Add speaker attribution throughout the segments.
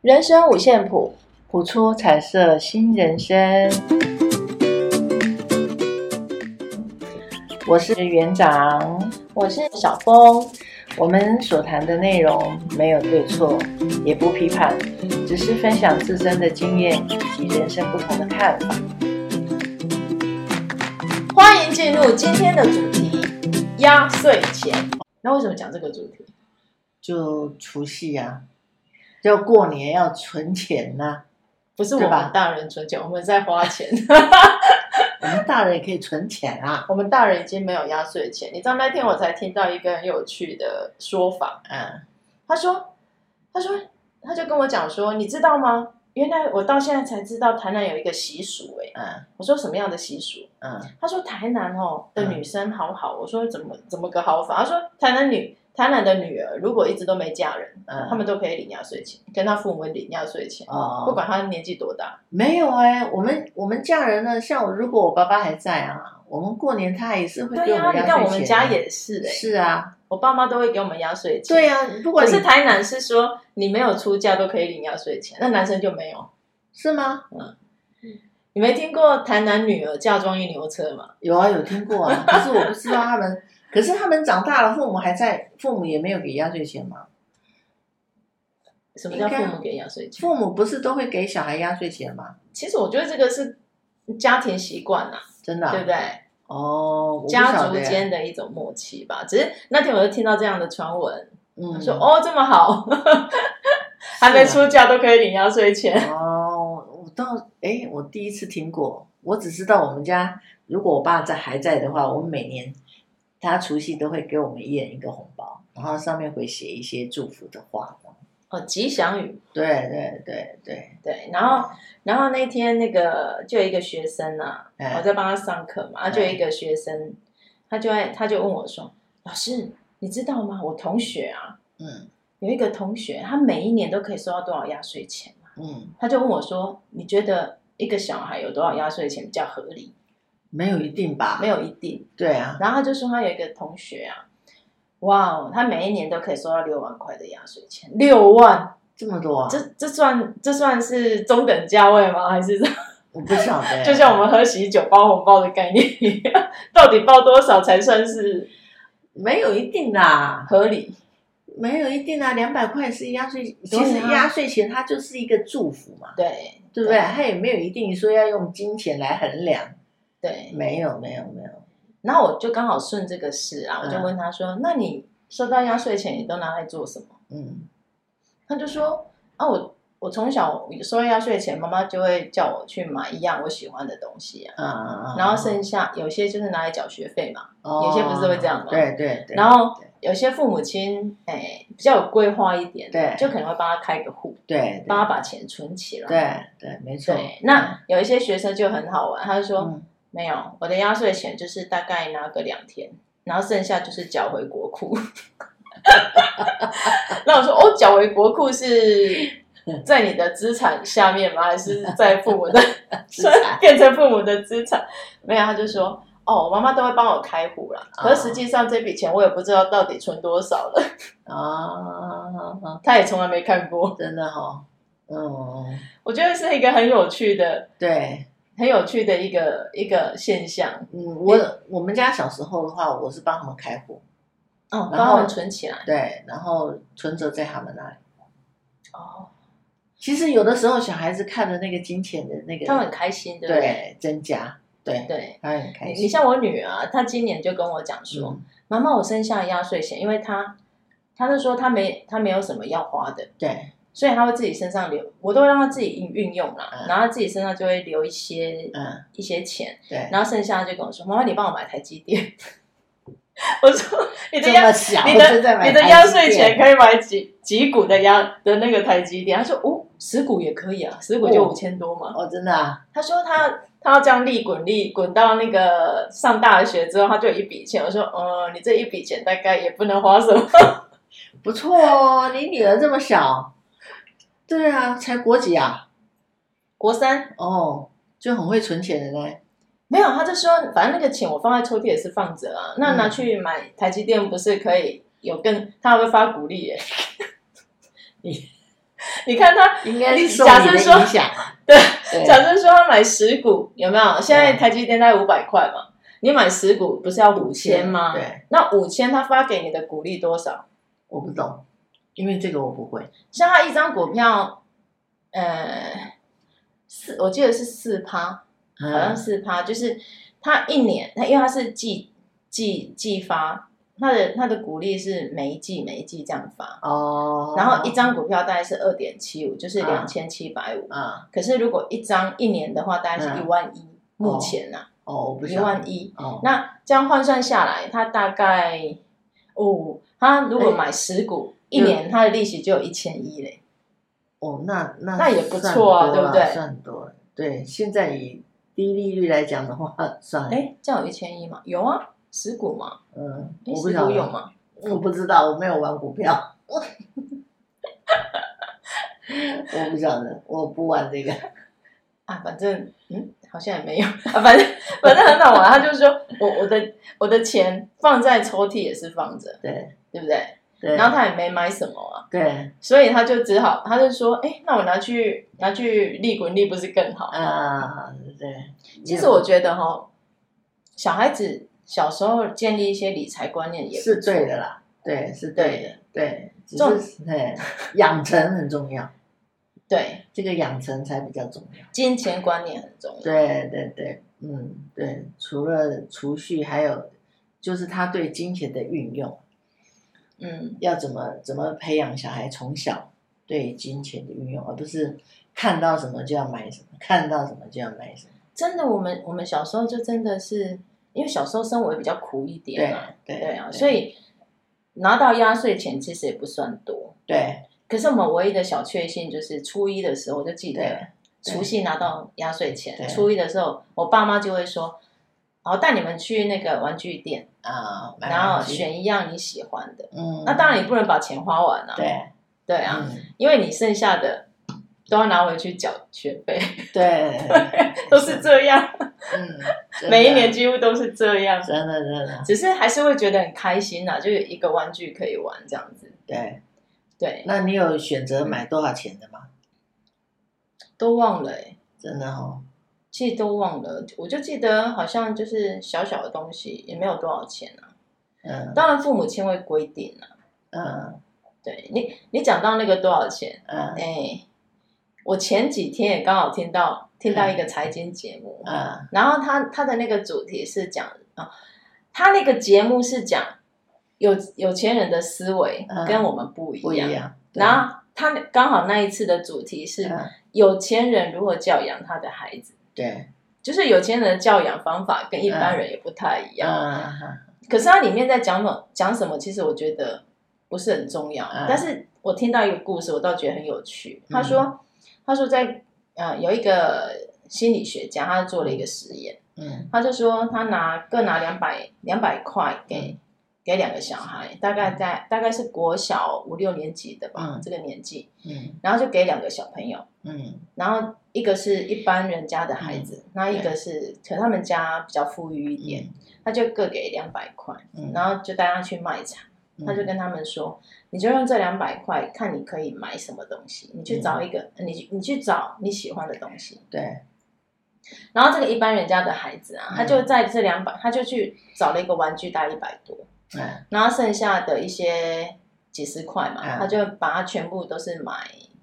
Speaker 1: 人生五线谱，谱出彩色新人生。我是园长，我是小峰。我们所谈的内容没有对错，也不批判，只是分享自身的经验以及人生不同的看法。
Speaker 2: 欢迎进入今天的主题——压岁钱。那为什么讲这个主题？
Speaker 1: 就除夕呀、啊，就过年要存钱呐、
Speaker 2: 不是我
Speaker 1: 对吧
Speaker 2: 们大人存钱，我们在花钱。
Speaker 1: 我们大人也可以存钱啊。
Speaker 2: 我们大人已经没有压岁钱。你知道那天我才听到一个很有趣的说法，
Speaker 1: 嗯，
Speaker 2: 他说，他说，他就跟我讲说，你知道吗？原来我到现在才知道台南有一个习俗、欸，
Speaker 1: 嗯
Speaker 2: 我说什么样的习俗？
Speaker 1: 嗯
Speaker 2: 他说台南哦的
Speaker 1: 嗯
Speaker 2: 女生好好，我说怎么怎么个好法？他说台南女台南的女儿如果一直都没嫁人，
Speaker 1: 嗯
Speaker 2: 他们都可以领压岁钱，跟他父母领压岁钱，
Speaker 1: 哦
Speaker 2: 不管他年纪多大。
Speaker 1: 没有哎、我们我们嫁人呢，像我如果我爸爸还在啊，我们过年他也是会给
Speaker 2: 对
Speaker 1: 我
Speaker 2: 呀、
Speaker 1: 们压岁钱、
Speaker 2: 你
Speaker 1: 啊
Speaker 2: 看我们家。也是哎、
Speaker 1: 是啊，
Speaker 2: 我爸妈都会给我们压岁钱。
Speaker 1: 对、呀、不管
Speaker 2: 可
Speaker 1: 你
Speaker 2: 是台南是说你没有出嫁都可以领压岁钱，那男生就没有。
Speaker 1: 是吗？
Speaker 2: 你没听过台南女儿嫁妆一牛车吗？
Speaker 1: 有啊，有听过 啊，可是我不知道他们，可是他们长大了，父母还在，父母也没有给压岁钱嘛。
Speaker 2: 什么叫
Speaker 1: 应
Speaker 2: 父
Speaker 1: 该
Speaker 2: 母给压岁钱？
Speaker 1: 父母不是都会给小孩压岁钱吗？
Speaker 2: 其实我觉得这个是家庭习惯呐、
Speaker 1: 真的啊、
Speaker 2: 对不对？
Speaker 1: 哦，我不
Speaker 2: 家
Speaker 1: 晓
Speaker 2: 族
Speaker 1: 得耶，
Speaker 2: 间的一种默契吧。只是那天我就听到这样的传闻，
Speaker 1: 嗯，啊
Speaker 2: 说哦这么好， 还没出嫁都可以领压岁钱。
Speaker 1: 哦，我到哎，我第一次听过，我只知道我们家如果我爸在还在的话，我们每年他除夕都会给我们一人一个红包，然后上面会写一些祝福的话。
Speaker 2: 哦，吉祥语。
Speaker 1: 对对对对，
Speaker 2: 对，然后然后那天那个就有一个学生啊，
Speaker 1: 哎
Speaker 2: 我在帮他上课嘛，啊就有一个学生，他就在他就问我说，老师你知道吗？我同学啊
Speaker 1: 嗯
Speaker 2: 有一个同学，他每一年都可以收到多少压岁钱啊
Speaker 1: 嗯，
Speaker 2: 他就问我说，你觉得一个小孩有多少压岁钱比较合理？
Speaker 1: 没有一定吧？
Speaker 2: 没，有一定。
Speaker 1: 对啊，
Speaker 2: 然后他就说他有一个同学啊，哇哦，他每一年都可以收到六万块的压岁钱，六万，
Speaker 1: 这么多啊，
Speaker 2: 这这算这算是中等价位吗？还是
Speaker 1: 我不晓得。
Speaker 2: 就像我们喝喜酒包红包的概念一样， 到底包多少才算是
Speaker 1: 没有一定啦，
Speaker 2: 合理？
Speaker 1: 没有一定啦，两百块是压岁，
Speaker 2: 对啊
Speaker 1: 其实压岁钱它就是一个祝福嘛，
Speaker 2: 对啊
Speaker 1: 对不对？它也没有一定说要用金钱来衡量，
Speaker 2: 对。
Speaker 1: 没有没有没有。
Speaker 2: 然后我就刚好顺这个事啊，我就
Speaker 1: 嗯
Speaker 2: 问他说：“那你收到压岁钱，你都拿来做什么？”
Speaker 1: 嗯
Speaker 2: 他就说啊，我我从小收到压岁钱，妈妈就会叫我去买一样我喜欢的东西啊，
Speaker 1: 啊啊，啊
Speaker 2: 然后剩下有些就是拿来缴学费嘛，
Speaker 1: 哦
Speaker 2: 有些不是会这样吗
Speaker 1: 对对对，
Speaker 2: 然后
Speaker 1: 对
Speaker 2: 有些父母亲哎、比较有规划一点，
Speaker 1: 对
Speaker 2: 就可能会帮他开个户，
Speaker 1: 对
Speaker 2: 帮他把钱存起来。
Speaker 1: 对对，没错。
Speaker 2: 对，那有一些学生就很好玩，他就说、
Speaker 1: 嗯
Speaker 2: 没有，我的压岁钱就是大概拿个两天，然后剩下就是缴回国库。 那我说哦，缴回国库是在你的资产下面吗？还是在父母的
Speaker 1: 资产
Speaker 2: 变成父母的资产？没有，他就说哦，我妈妈都会帮我开户啦。可是实际上这笔钱我也不知道到底存多少了，
Speaker 1: 啊，
Speaker 2: 他也从来没看过。
Speaker 1: 真的哈，嗯，
Speaker 2: 我觉得是一个很有趣的、
Speaker 1: 对，
Speaker 2: 很有趣的一个一个现象。
Speaker 1: 嗯，我我们家小时候的话，我是帮他们开户，
Speaker 2: 哦，
Speaker 1: 然
Speaker 2: 帮
Speaker 1: 后
Speaker 2: 他们存起来。
Speaker 1: 对，然后存折在他们那里。
Speaker 2: 哦，
Speaker 1: 其实有的时候小孩子看着那个金钱的那个，
Speaker 2: 他们很开心，对不对？
Speaker 1: 对增加，对，
Speaker 2: 对。
Speaker 1: 他很
Speaker 2: 你
Speaker 1: 开
Speaker 2: 哎你
Speaker 1: 心。
Speaker 2: 像我女儿、啊，她今年就跟我讲说，
Speaker 1: 嗯，
Speaker 2: 妈妈、我剩下的压岁钱，因为她，她就说她没她没有什么要花的，
Speaker 1: 对，
Speaker 2: 所以她会自己身上留，我都会让她自己运运用啦，
Speaker 1: 嗯
Speaker 2: 然后她自己身上就会留一些、
Speaker 1: 嗯，
Speaker 2: 一些钱，
Speaker 1: 对，
Speaker 2: 然后剩下的就跟我说，妈妈你帮我买台积 电，我说你的
Speaker 1: 这
Speaker 2: 压
Speaker 1: 么小
Speaker 2: 你
Speaker 1: 就在
Speaker 2: 的
Speaker 1: 买
Speaker 2: 你的
Speaker 1: 台
Speaker 2: 压
Speaker 1: 积
Speaker 2: 岁钱
Speaker 1: 电，
Speaker 2: 可以买几几股的压的那个台积电，她说哦十股也可以啊，十股就
Speaker 1: 哦
Speaker 2: 五千多嘛，
Speaker 1: 哦，真的啊，
Speaker 2: 他说他他要这样利滚利滚到那个上大学之后，他就有一笔钱。我说，嗯，你这一笔钱大概也不能花什么。
Speaker 1: 不错哦，你女儿这么小，对啊，才国几啊？
Speaker 2: 国三
Speaker 1: 哦，就很会存钱的呢。
Speaker 2: 没有，他就说，反正那个钱我放在抽屉也是放着啊，那
Speaker 1: 嗯
Speaker 2: 拿去买台积电不是可以有更？他还会发鼓励耶。
Speaker 1: 你
Speaker 2: 你看他，
Speaker 1: 应该是
Speaker 2: 你
Speaker 1: 受
Speaker 2: 假
Speaker 1: 哎你
Speaker 2: 设
Speaker 1: 的
Speaker 2: 说
Speaker 1: 影响嘛。
Speaker 2: 对
Speaker 1: 对，
Speaker 2: 假设说他买十股，有没有？现在
Speaker 1: 对
Speaker 2: 台积电在五百块嘛，你买十股不是要五千吗？
Speaker 1: 对，
Speaker 2: 那五千他发给你的股利多少？
Speaker 1: 我不懂，因为这个我不会。
Speaker 2: 像他一张股票，呃，四，我记得是四趴，好像
Speaker 1: 嗯，
Speaker 2: 四趴，就是他一年，他因为他是季季季发，他的他的股利是每一季每一季这样发，
Speaker 1: 哦，
Speaker 2: 然后一张股票大概是二点七五，就是
Speaker 1: 啊
Speaker 2: 两千七百五。
Speaker 1: 啊，
Speaker 2: 可是如果一张一年的话，大概是
Speaker 1: 嗯
Speaker 2: 一万一，目前啊，
Speaker 1: 哦，我不
Speaker 2: 一
Speaker 1: 晓得
Speaker 2: 万。一。
Speaker 1: 哦，
Speaker 2: 那这样换算下来，他大概哦，他如果
Speaker 1: 哎
Speaker 2: 买十股，一
Speaker 1: 嗯
Speaker 2: 年他的利息就有一千一嘞。
Speaker 1: 哦，那那
Speaker 2: 那也不错啊
Speaker 1: 算多
Speaker 2: 对
Speaker 1: 了
Speaker 2: 不对
Speaker 1: 算多了，对，现在以低利率来讲的话， 算了，
Speaker 2: 哎，这样有一千一吗？有啊，十股嘛，
Speaker 1: 嗯，
Speaker 2: 诶
Speaker 1: 我不
Speaker 2: 十
Speaker 1: 晓
Speaker 2: 股有
Speaker 1: 得，
Speaker 2: 吗？
Speaker 1: 我不知道，我没有玩股票，我不晓得，我不玩这个，
Speaker 2: 啊，反正嗯，好像也没有啊，反正反正很好玩。他就说我我的我的钱放在抽屉也是放着，
Speaker 1: 对
Speaker 2: 对不对？
Speaker 1: 对，啊
Speaker 2: 然后他也没买什么啊。
Speaker 1: 对
Speaker 2: 所以他就只好，他就说，哎、那我拿去拿去利滚利不是更好？
Speaker 1: 啊，对，
Speaker 2: 其实我觉得哈，小孩子小时候建立一些理财观念也不
Speaker 1: 是对
Speaker 2: 错
Speaker 1: 的，啦，对，是对
Speaker 2: 对
Speaker 1: 的
Speaker 2: 的，，
Speaker 1: 对，只
Speaker 2: 重
Speaker 1: 是对养成很重要，
Speaker 2: 对，
Speaker 1: 这个养成才比较重要。
Speaker 2: 金钱观念很重要。
Speaker 1: 对对对，嗯，对，除了储蓄，还有就是他对金钱的运用，
Speaker 2: 嗯，
Speaker 1: 要怎么怎么培养小孩从小对金钱的运用，而不是看到什么就要买什么，看到什么就要买什么。
Speaker 2: 真的，我们我们小时候就真的是，因为小时候生活也比较苦一
Speaker 1: 对
Speaker 2: 点嘛，
Speaker 1: 对
Speaker 2: 对啊，所以拿到压岁钱其实也不算多。
Speaker 1: 对
Speaker 2: 可是我们唯一的小确幸就是初一的时候，我就记得
Speaker 1: 对对
Speaker 2: 除夕拿到压岁钱
Speaker 1: 对，
Speaker 2: 初一的时候，我爸妈就会说：“好，带你们去那个玩具店，
Speaker 1: 啊，买
Speaker 2: 然后
Speaker 1: 玩具，
Speaker 2: 选一样你喜欢的。
Speaker 1: 嗯，
Speaker 2: 那当然你不能把钱花完啊，
Speaker 1: 对，
Speaker 2: 对啊，
Speaker 1: 嗯，
Speaker 2: 因为你剩下的都要拿回去缴学费，
Speaker 1: 对，
Speaker 2: 都是这样，
Speaker 1: 嗯，真的
Speaker 2: 每一年几乎都是这样。
Speaker 1: 真的真的
Speaker 2: 只是还是会觉得很开心啊呐、就有一个玩具可以玩这样子。
Speaker 1: 对。
Speaker 2: 对，
Speaker 1: 那你有选择买多少钱的吗？
Speaker 2: 都忘了、欸，
Speaker 1: 真的哦，
Speaker 2: 其实都忘了，我就记得好像就是小小的东西，也没有多少钱啊。
Speaker 1: 嗯
Speaker 2: 当然父母亲会规定啊。
Speaker 1: 嗯
Speaker 2: 对你，你讲到那个多少钱？哎、
Speaker 1: 嗯
Speaker 2: 我前几天也刚好听到听到一个财经节目，
Speaker 1: 嗯，
Speaker 2: 然后他他的那个主题是讲啊，他那个节目是讲有有钱人的思维
Speaker 1: 嗯
Speaker 2: 跟我们不一
Speaker 1: 不一
Speaker 2: 样，
Speaker 1: 样。对
Speaker 2: 然后他那刚好那一次的主题是
Speaker 1: 嗯
Speaker 2: 有钱人如何教养他的孩子。
Speaker 1: 对，
Speaker 2: 就是有钱人的教养方法跟一般人也不太一样，
Speaker 1: 嗯嗯
Speaker 2: 可是它里面在讲什么讲什么，其实我觉得不是很重要。
Speaker 1: 嗯
Speaker 2: 但是我听到一个故事，我倒觉得很有趣。
Speaker 1: 嗯
Speaker 2: 他说，他说在呃有一个心理学家，他做了一个实验，
Speaker 1: 嗯
Speaker 2: 他就说他拿各拿两百两百块
Speaker 1: 嗯
Speaker 2: 给、给两个小孩，大概在大概是国小五六年级的吧，
Speaker 1: 嗯
Speaker 2: 这个年纪，
Speaker 1: 嗯
Speaker 2: 然后就给两个小朋友。
Speaker 1: 嗯
Speaker 2: 然后一个是一般人家的孩子，那一个是可能他们家比较富裕一点，他就各给两百块，
Speaker 1: 嗯，
Speaker 2: 然后就带他去卖场，
Speaker 1: 嗯
Speaker 2: 他就跟他们说，你就用这两百块看你可以买什么东西，你去找
Speaker 1: 嗯
Speaker 2: 一个，你去你去找你喜欢的东西。
Speaker 1: 对，
Speaker 2: 然后这个一般人家的孩子啊，
Speaker 1: 嗯
Speaker 2: 他就在这两百，他就去找了一个玩具大概一百多，
Speaker 1: 嗯
Speaker 2: 然后剩下的一些几十块嘛，
Speaker 1: 嗯
Speaker 2: 他就把它全部都是买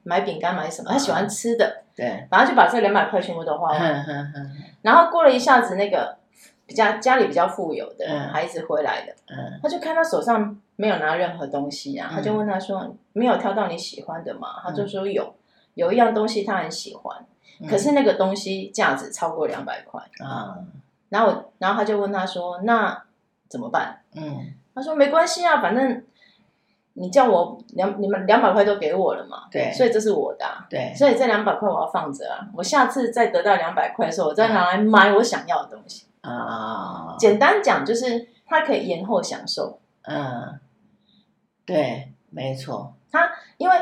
Speaker 2: 买饼干买什么，他喜欢
Speaker 1: 嗯
Speaker 2: 吃的。
Speaker 1: 对，
Speaker 2: 然后就把这两百块全部都花完。
Speaker 1: 嗯嗯嗯
Speaker 2: 然后过了一下子，那个比较家里比较富有的
Speaker 1: 嗯
Speaker 2: 孩子回来了，
Speaker 1: 嗯
Speaker 2: 他就看他手上没有拿任何东西啊，
Speaker 1: 嗯
Speaker 2: 他就问他说：“没有挑到你喜欢的吗？”他就说有，有一样东西他很喜欢，
Speaker 1: 嗯，
Speaker 2: 可是那个东西价值超过两百块。
Speaker 1: 啊，
Speaker 2: 然后我，然后他就问他说：“那怎么办
Speaker 1: 嗯，？”
Speaker 2: 他说：“没关系啊，反正你叫我两你们两百块都给我了嘛，
Speaker 1: 对，
Speaker 2: 所以这是我的、啊。”
Speaker 1: 对，
Speaker 2: 所以这两百块我要放着啊，我下次再得到两百块的时候，我再拿来买我想要的东西。
Speaker 1: 啊，
Speaker 2: 简单讲就是，它可以延后享受，
Speaker 1: 嗯，对，没错，
Speaker 2: 因为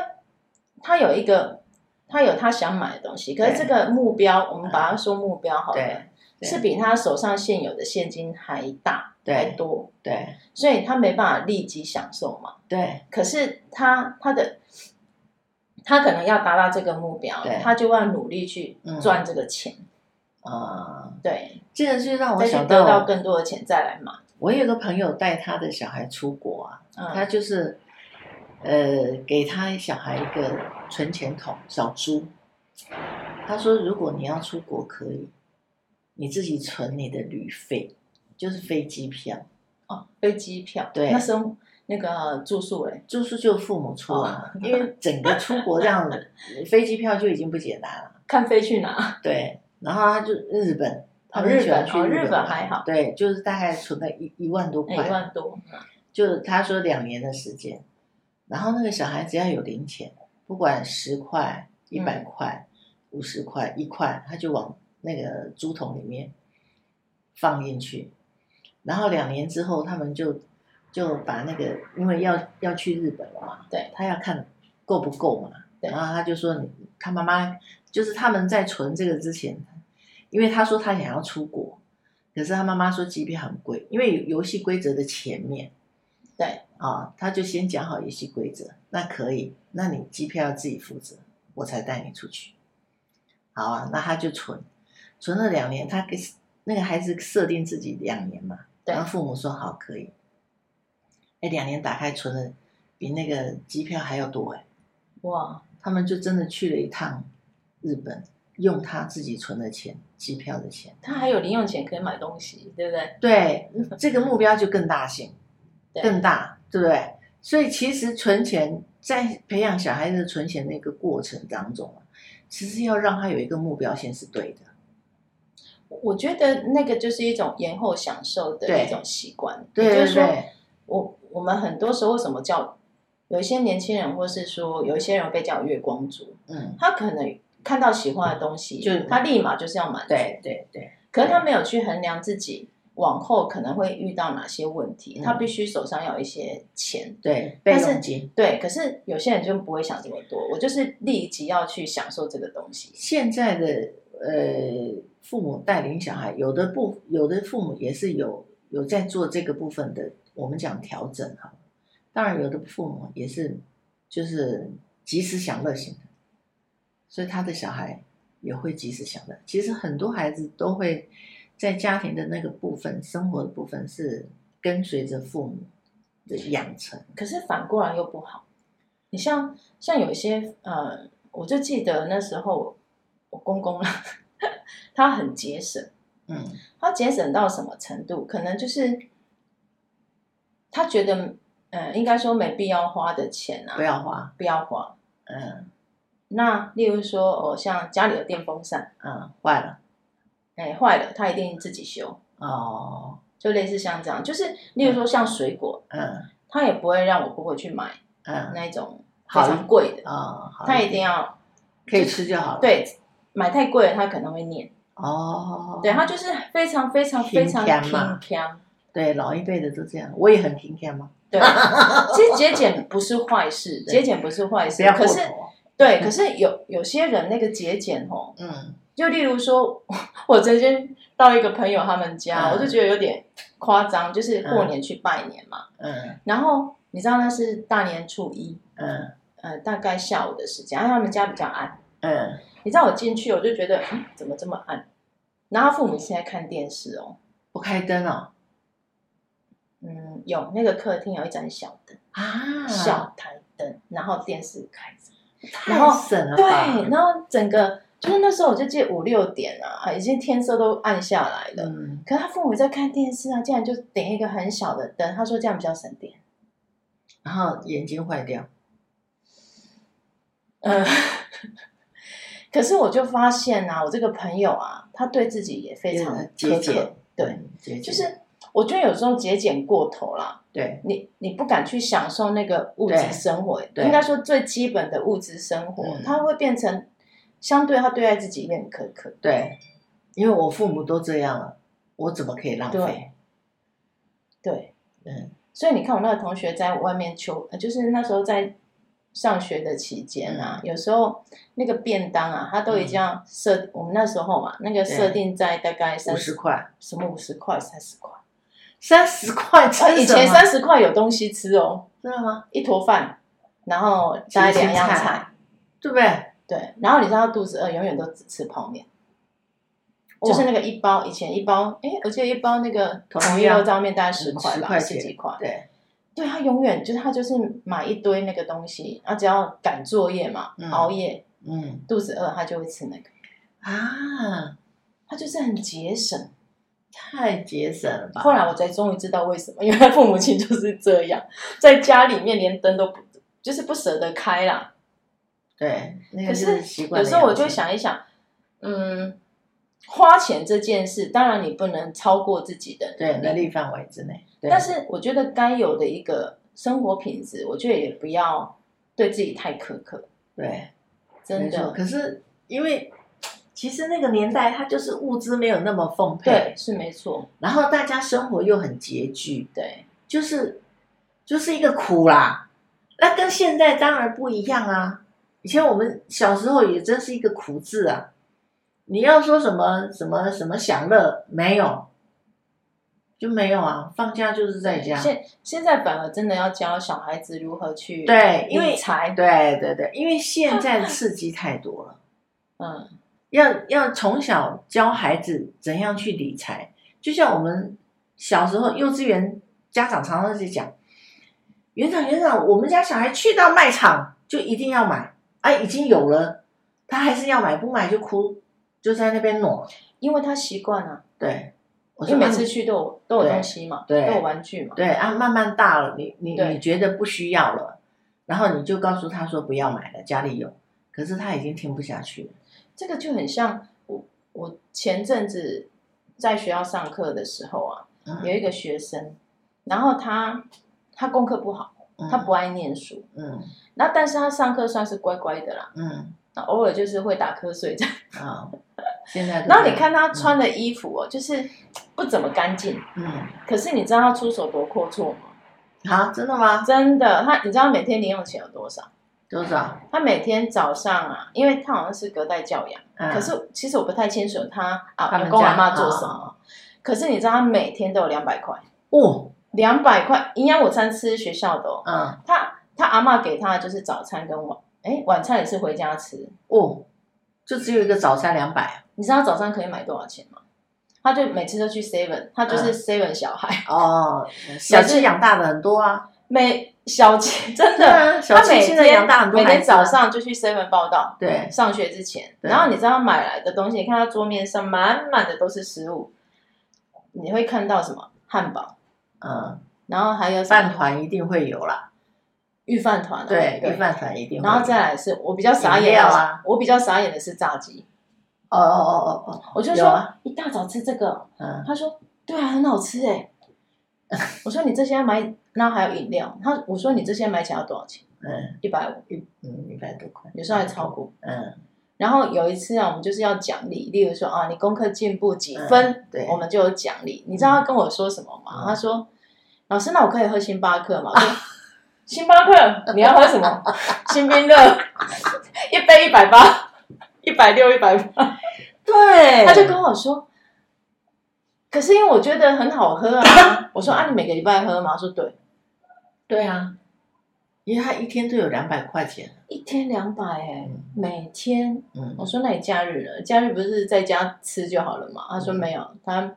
Speaker 2: 它有一个，它有他想买的东西。可是这个目标，我们把它说目标好了
Speaker 1: 对，对
Speaker 2: 是比他手上现有的现金还大还
Speaker 1: 对，
Speaker 2: 多，
Speaker 1: 对，
Speaker 2: 所以他没办法立即享受嘛。
Speaker 1: 对，
Speaker 2: 可是他他的他可能要达到这个目标
Speaker 1: 对，
Speaker 2: 他就要努力去
Speaker 1: 嗯
Speaker 2: 赚这个钱，
Speaker 1: 啊，
Speaker 2: 对，
Speaker 1: 这个就让我
Speaker 2: 再去
Speaker 1: 想
Speaker 2: 得到
Speaker 1: 到，
Speaker 2: 更多的钱再来买。
Speaker 1: 我有个朋友带他的小孩出国啊，他
Speaker 2: 嗯，
Speaker 1: 就是呃给他小孩一个存钱筒小猪，他说如果你要出国可以，你自己存你的旅费，就是飞机票，
Speaker 2: 哦，飞机票，
Speaker 1: 对
Speaker 2: 那生那个住宿欸嘞，
Speaker 1: 住宿就父母出啊，
Speaker 2: 哦
Speaker 1: 因为整个出国这样子，飞机票就已经不简单了，
Speaker 2: 看飞去哪？
Speaker 1: 对，然后他就日本。
Speaker 2: 哦
Speaker 1: 他很喜欢
Speaker 2: 日
Speaker 1: 去
Speaker 2: 本哦
Speaker 1: 日
Speaker 2: 日本
Speaker 1: 玩
Speaker 2: 还好
Speaker 1: 对，就是大概存了一一万多
Speaker 2: 哎
Speaker 1: 块，
Speaker 2: 一万多，
Speaker 1: 就是他说两年的时间，然后那个小孩只要有零钱，不管十块、一
Speaker 2: 嗯
Speaker 1: 百块、五十块、一块，他就往那个竹筒里面放进去，然后两年之后，他们就就把那个，因为要要去日本了嘛，
Speaker 2: 对，
Speaker 1: 他要看够不够嘛，
Speaker 2: 对
Speaker 1: 然后他就说你，他妈妈就是他们在存这个之前，因为他说他想要出国，可是他妈妈说机票很贵，因为游戏规则的前面。
Speaker 2: 对
Speaker 1: 啊，他就先讲好游戏规则，那可以，那你机票要自己负责，我才带你出去。好啊，那他就存，存了两年，他给那个孩子设定自己两年嘛，
Speaker 2: 对
Speaker 1: 然后父母说好可以，哎，两年打开存了，比那个机票还要多哎，
Speaker 2: 哇，
Speaker 1: 他们就真的去了一趟日本，用他自己存的钱，机票的钱，
Speaker 2: 他还有零用钱可以买东西，对不对？
Speaker 1: 对，这个目标就更大型。
Speaker 2: 对
Speaker 1: 更大，对不对？所以其实存钱在培养小孩子存钱那个过程当中啊，其实要让他有一个目标先是对的，
Speaker 2: 我觉得那个就是一种延后享受的
Speaker 1: 对
Speaker 2: 一种习惯，
Speaker 1: 对
Speaker 2: 也就
Speaker 1: 对
Speaker 2: 是说，
Speaker 1: 对，
Speaker 2: 我我们很多时候为什么叫有一些年轻人，或是说有一些人被叫月光族，
Speaker 1: 嗯，
Speaker 2: 他可能看到喜欢的东西，
Speaker 1: 就
Speaker 2: 他立马就是要满足，
Speaker 1: 对对对，
Speaker 2: 可是他没有去衡量自己往后可能会遇到哪些问题，
Speaker 1: 嗯
Speaker 2: 他必须手上要有一些钱。
Speaker 1: 对，
Speaker 2: 但
Speaker 1: 被
Speaker 2: 是
Speaker 1: 动金。
Speaker 2: 对，可是有些人就不会想这么多，我就是立即要去享受这个东西。
Speaker 1: 现在的呃，父母带领小孩，有的不，有的父母也是有有在做这个部分的，我们讲调整哈。当然，有的父母也是就是及时享乐型的，所以他的小孩也会及时享乐。其实很多孩子都会在家庭的那个部分、生活的部分是跟随着父母的养成。
Speaker 2: 可是反过来又不好。你像像有一些呃，我就记得那时候我我公公啦， 他很节省，
Speaker 1: 嗯，
Speaker 2: 他节省到什么程度？可能就是他觉得呃，应该说没必要花的钱啊，
Speaker 1: 不要花，
Speaker 2: 不要花。
Speaker 1: 嗯
Speaker 2: 那例如说哦，像家里有电风扇，
Speaker 1: 嗯，坏了
Speaker 2: 哎坏了，他一定自己修，
Speaker 1: 哦，
Speaker 2: 就类似像这样，就是例如说像水果，
Speaker 1: 嗯
Speaker 2: 他也不会让我婆婆去买
Speaker 1: 嗯
Speaker 2: 那一种非
Speaker 1: 好
Speaker 2: 常贵的，
Speaker 1: 哦，好
Speaker 2: 他一定要
Speaker 1: 可以吃就好了。
Speaker 2: 对，买太贵了，他可能会念。
Speaker 1: 哦，
Speaker 2: 对他就是非常非常非常
Speaker 1: 平常嘛
Speaker 2: 平常。
Speaker 1: 对老一辈的都这样，我也很平常嘛，
Speaker 2: 对，其实节俭不是坏事，
Speaker 1: 对
Speaker 2: 节俭不是坏
Speaker 1: 不
Speaker 2: 事
Speaker 1: 要。过
Speaker 2: 可是
Speaker 1: 头。
Speaker 2: 对，可是有有些人那个节俭哦，
Speaker 1: 嗯，
Speaker 2: 就例如说，我曾经到一个朋友他们家，
Speaker 1: 嗯
Speaker 2: 我就觉得有点夸张，就是过年去拜年嘛，
Speaker 1: 嗯
Speaker 2: 然后你知道那是大年初一，
Speaker 1: 嗯
Speaker 2: 呃，大概下午的时间，然后啊他们家比较暗，
Speaker 1: 嗯
Speaker 2: 你知道我进去我就觉得，嗯，怎么这么暗？然后他父母现在看电视哦，
Speaker 1: 不开灯
Speaker 2: 啊
Speaker 1: 哦
Speaker 2: 嗯，有那个客厅有一盏小灯，
Speaker 1: 啊，
Speaker 2: 小台灯，然后电视开着，
Speaker 1: 太
Speaker 2: 然后
Speaker 1: 省了吧？
Speaker 2: 对，然后整个就是那时候我就记得五六点啊，已经天色都暗下来了。
Speaker 1: 嗯，
Speaker 2: 可是他父母在看电视啊，竟然就点一个很小的灯，他说这样比较 省电。
Speaker 1: 然后眼睛坏掉，
Speaker 2: 嗯，可是我就发现啊，我这个朋友啊，他对自己也非常
Speaker 1: 也
Speaker 2: 苛
Speaker 1: 呃节
Speaker 2: 刻
Speaker 1: 俭，，
Speaker 2: 对，
Speaker 1: 嗯，节俭
Speaker 2: 就是我觉得有时候节俭过头啦，
Speaker 1: 对
Speaker 2: 你你不敢去享受那个物质
Speaker 1: 对
Speaker 2: 生活，
Speaker 1: 对
Speaker 2: 应该说最基本的物质生活，
Speaker 1: 嗯
Speaker 2: 他会变成相对他对待自己也很苛刻。
Speaker 1: 对，因为我父母都这样了，我怎么可以浪费
Speaker 2: 对？对，
Speaker 1: 嗯
Speaker 2: 所以你看我那个同学在外面求，呃就是那时候在上学的期间
Speaker 1: 嗯
Speaker 2: 啊，有时候那个便当啊，他都已经要设，我们那时候嘛，那个设定在大概三
Speaker 1: 五十
Speaker 2: 十
Speaker 1: 块，
Speaker 2: 什么五十块三十块，
Speaker 1: 三十块吃
Speaker 2: 啊，以前
Speaker 1: 什么
Speaker 2: 三十块有东西吃哦，
Speaker 1: 知道吗？
Speaker 2: 一坨饭，然后大概
Speaker 1: 青
Speaker 2: 两样
Speaker 1: 菜
Speaker 2: 菜，
Speaker 1: 对不对？
Speaker 2: 对，然后你知道肚子饿，永远都只吃泡面，
Speaker 1: 哇
Speaker 2: 就是那个一包，以前一包，哎，我记得一包那个
Speaker 1: 统
Speaker 2: 统
Speaker 1: 一
Speaker 2: 一
Speaker 1: 啊
Speaker 2: 肉燥面大概十块
Speaker 1: 10
Speaker 2: 吧，
Speaker 1: 块
Speaker 2: 十
Speaker 1: 钱
Speaker 2: 几块。
Speaker 1: 对，
Speaker 2: 对他永远就是他就是买一堆那个东西，啊他只要赶作业嘛，
Speaker 1: 嗯
Speaker 2: 熬夜
Speaker 1: 嗯
Speaker 2: 肚子饿，他就会吃那个，
Speaker 1: 啊，
Speaker 2: 他就是很节省。
Speaker 1: 太节省了吧？
Speaker 2: 后来我才终于知道为什么，因为父母亲就是这样，在家里面连灯都不，就是不舍得开啦。
Speaker 1: 对，那
Speaker 2: 可
Speaker 1: 个
Speaker 2: 是
Speaker 1: 习惯
Speaker 2: 有
Speaker 1: 的
Speaker 2: 时候我
Speaker 1: 养
Speaker 2: 就
Speaker 1: 成
Speaker 2: 想一想，嗯，花钱这件事，当然你不能超过自己的
Speaker 1: 对能
Speaker 2: 力，
Speaker 1: 力范围之内，对
Speaker 2: 但是我觉得该有的一个生活品质，我觉得也不要对自己太苛刻，
Speaker 1: 对。
Speaker 2: 真
Speaker 1: 没错，
Speaker 2: 的，
Speaker 1: 可是因为其实那个年代，它就是物资没有那么丰沛，
Speaker 2: 对，是没错，
Speaker 1: 然后大家生活又很拮据，
Speaker 2: 对，
Speaker 1: 就是就是一个苦啦。那跟现在当然不一样啊。以前我们小时候也真是一个苦字啊。你要说什么什么什么享乐没有，就没有啊。放假就是在家，
Speaker 2: 现现在反而真的要教小孩子如何去
Speaker 1: 对因为
Speaker 2: 理财，
Speaker 1: 对对对，因为现在刺激太多了。
Speaker 2: 嗯，
Speaker 1: 要要从小教孩子怎样去理财，就像我们小时候幼稚园家长常常在讲，园长园长，我们家小孩去到卖场就一定要买，啊，已经有了，他还是要买，不买就哭，就在那边挪。
Speaker 2: 因为他习惯了，
Speaker 1: 对，我
Speaker 2: 因
Speaker 1: 说
Speaker 2: 为每
Speaker 1: 啊
Speaker 2: 次去都有都有
Speaker 1: 对
Speaker 2: 东西嘛，都
Speaker 1: 对
Speaker 2: 有玩具嘛，
Speaker 1: 对啊，慢慢大了，你你
Speaker 2: 对
Speaker 1: 你觉得不需要了，然后你就告诉他说不要买了，家里有，可是他已经听不下去了。
Speaker 2: 这个就很像我我前阵子在学校上课的时候啊，
Speaker 1: 嗯
Speaker 2: 有一个学生，然后他他功课不好，
Speaker 1: 嗯
Speaker 2: 他不爱念书，
Speaker 1: 嗯
Speaker 2: 那但是他上课算是乖乖的啦，
Speaker 1: 嗯
Speaker 2: 那偶尔就是会打瞌睡这样。
Speaker 1: 啊，现在都
Speaker 2: 然后
Speaker 1: 这
Speaker 2: 你
Speaker 1: 样
Speaker 2: 看他穿的衣服哦，就是不怎么干净，
Speaker 1: 嗯。
Speaker 2: 可是你知道他出手多阔绰吗？
Speaker 1: 啊，真的吗？
Speaker 2: 真的，他你知道每天零用钱有多少？
Speaker 1: 多少？
Speaker 2: 他每天早上啊，因为他好像是隔代教养。
Speaker 1: 嗯、
Speaker 2: 可是其实我不太清楚他
Speaker 1: 他
Speaker 2: 啊，
Speaker 1: 们
Speaker 2: 阿公
Speaker 1: 家
Speaker 2: 阿妈做
Speaker 1: 啊
Speaker 2: 什么。可是你知道他每天都有两百块，
Speaker 1: 哦，
Speaker 2: 两百块营养午餐吃学校的、哦。
Speaker 1: 嗯，
Speaker 2: 他他阿妈给他的就是早餐跟晚，哎，晚餐也是回家吃。
Speaker 1: 哦，就只有一个早餐两百
Speaker 2: 你知道早上可以买多少钱吗？他就每次都去 seven，他就是
Speaker 1: 嗯
Speaker 2: seven 小孩，
Speaker 1: 哦，小
Speaker 2: 每次
Speaker 1: 七养大的很多啊，
Speaker 2: 每小七真的，
Speaker 1: 啊，小
Speaker 2: 他
Speaker 1: 七
Speaker 2: 每
Speaker 1: 现在养大很
Speaker 2: 天
Speaker 1: 多
Speaker 2: 每
Speaker 1: 孩
Speaker 2: 天
Speaker 1: 子啊
Speaker 2: 早上就去 seven 报道，
Speaker 1: 对，
Speaker 2: 上学之前，
Speaker 1: 对
Speaker 2: 然后你知道买来的东西，你看他桌面上满满的都是食物，你会看到什么汉堡，
Speaker 1: 嗯，
Speaker 2: 然后还有什么
Speaker 1: 饭团一定会有啦，
Speaker 2: 御饭团啊、
Speaker 1: 对，一饭团一定会有，
Speaker 2: 然后再来是我比较傻
Speaker 1: 饮
Speaker 2: 眼的
Speaker 1: 料
Speaker 2: 是，
Speaker 1: 啊
Speaker 2: 我比较傻眼的是炸鸡，
Speaker 1: 哦哦哦哦哦，
Speaker 2: 我就
Speaker 1: 有
Speaker 2: 说、
Speaker 1: 啊
Speaker 2: 一大早吃这个，
Speaker 1: 嗯，
Speaker 2: 他说对啊，很好吃哎， 我说你这些买，然后还有饮料，他我说你这些买起来要多少钱？
Speaker 1: 嗯，
Speaker 2: 一百五，
Speaker 1: 一嗯一百多块，
Speaker 2: 有时候还超，过。
Speaker 1: 嗯，
Speaker 2: 然后有一次啊，我们就是要奖励，例如说啊，你功课进步几
Speaker 1: 嗯
Speaker 2: 分，
Speaker 1: 对
Speaker 2: 我们就有奖励。你知道他跟我说什么吗？
Speaker 1: 嗯
Speaker 2: 他说：“老师，那我可以喝星巴克吗？” 我说：“星巴克，你要喝什么？星冰乐，一杯一百八，一百六，一百八。
Speaker 1: 对”
Speaker 2: 他就跟我说。可是因为我觉得很好喝 啊，我说啊，你每个礼拜喝吗？他说对，
Speaker 1: 对啊，因为他一天都有两百块钱，
Speaker 2: 一天两百哎
Speaker 1: 嗯，
Speaker 2: 每天
Speaker 1: 嗯
Speaker 2: 我，说那你假日呢？假日不是在家吃就好了嘛？
Speaker 1: 嗯
Speaker 2: 他说没有，他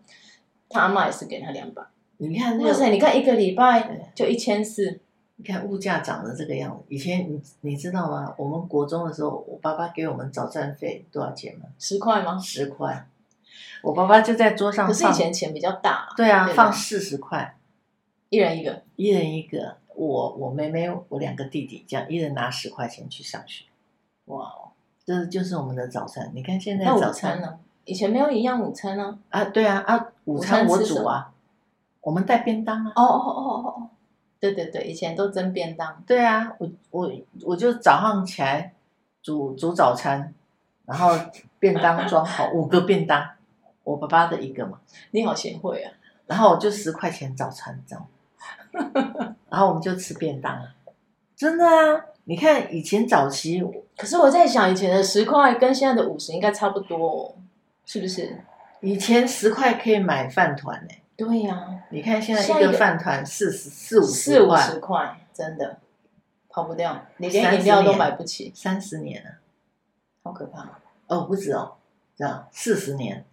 Speaker 2: 他妈也是给他两百。
Speaker 1: 你看那
Speaker 2: 哇
Speaker 1: 个，
Speaker 2: 塞，你看一个礼
Speaker 1: 对
Speaker 2: 拜就一千四，
Speaker 1: 你看物价涨得这个样子，以前你你知道吗？我们国中的时候，我爸爸给我们早餐费多少钱吗？
Speaker 2: 十块吗？
Speaker 1: 十块。我爸爸就在桌上
Speaker 2: 可是以
Speaker 1: 放，
Speaker 2: 前钱比较大，
Speaker 1: 对啊，
Speaker 2: 对吧
Speaker 1: 放四十块，
Speaker 2: 一人一个。
Speaker 1: 一人一个。我我妹妹，我两个弟弟，这样一人拿十块钱去上学，
Speaker 2: 哇哦，
Speaker 1: 这就是我们的早餐。你看现在
Speaker 2: 那
Speaker 1: 早
Speaker 2: 午
Speaker 1: 餐
Speaker 2: 餐呢？以前没有营养午餐啊。
Speaker 1: 啊，对啊啊，午
Speaker 2: 午餐
Speaker 1: 餐我
Speaker 2: 吃什
Speaker 1: 煮啊，我们带便当啊。
Speaker 2: 哦哦哦哦哦，对对对，以前都蒸便当。
Speaker 1: 对啊，我我我就早上起来煮煮早餐，然后便当装好五个便当，我爸爸的一个嘛，
Speaker 2: 你好贤惠啊！
Speaker 1: 然后我就十块钱早餐 这样，然后我们就吃便当啊，真的啊！你看以前早期
Speaker 2: 可是我在想，以前的十块跟现在的五十应该差不多、哦，是不是？
Speaker 1: 以前十块可以买饭团呢、
Speaker 2: 对呀、
Speaker 1: 你看现在
Speaker 2: 现
Speaker 1: 一
Speaker 2: 在
Speaker 1: 个
Speaker 2: 一个
Speaker 1: 饭团四十四五
Speaker 2: 四
Speaker 1: 十
Speaker 2: 五
Speaker 1: 块
Speaker 2: 十，块，真的。跑不掉，你连饮料都
Speaker 1: 30年
Speaker 2: 买不起，
Speaker 1: 三十年了，
Speaker 2: 好可怕。
Speaker 1: 哦，不止哦，这样四十年，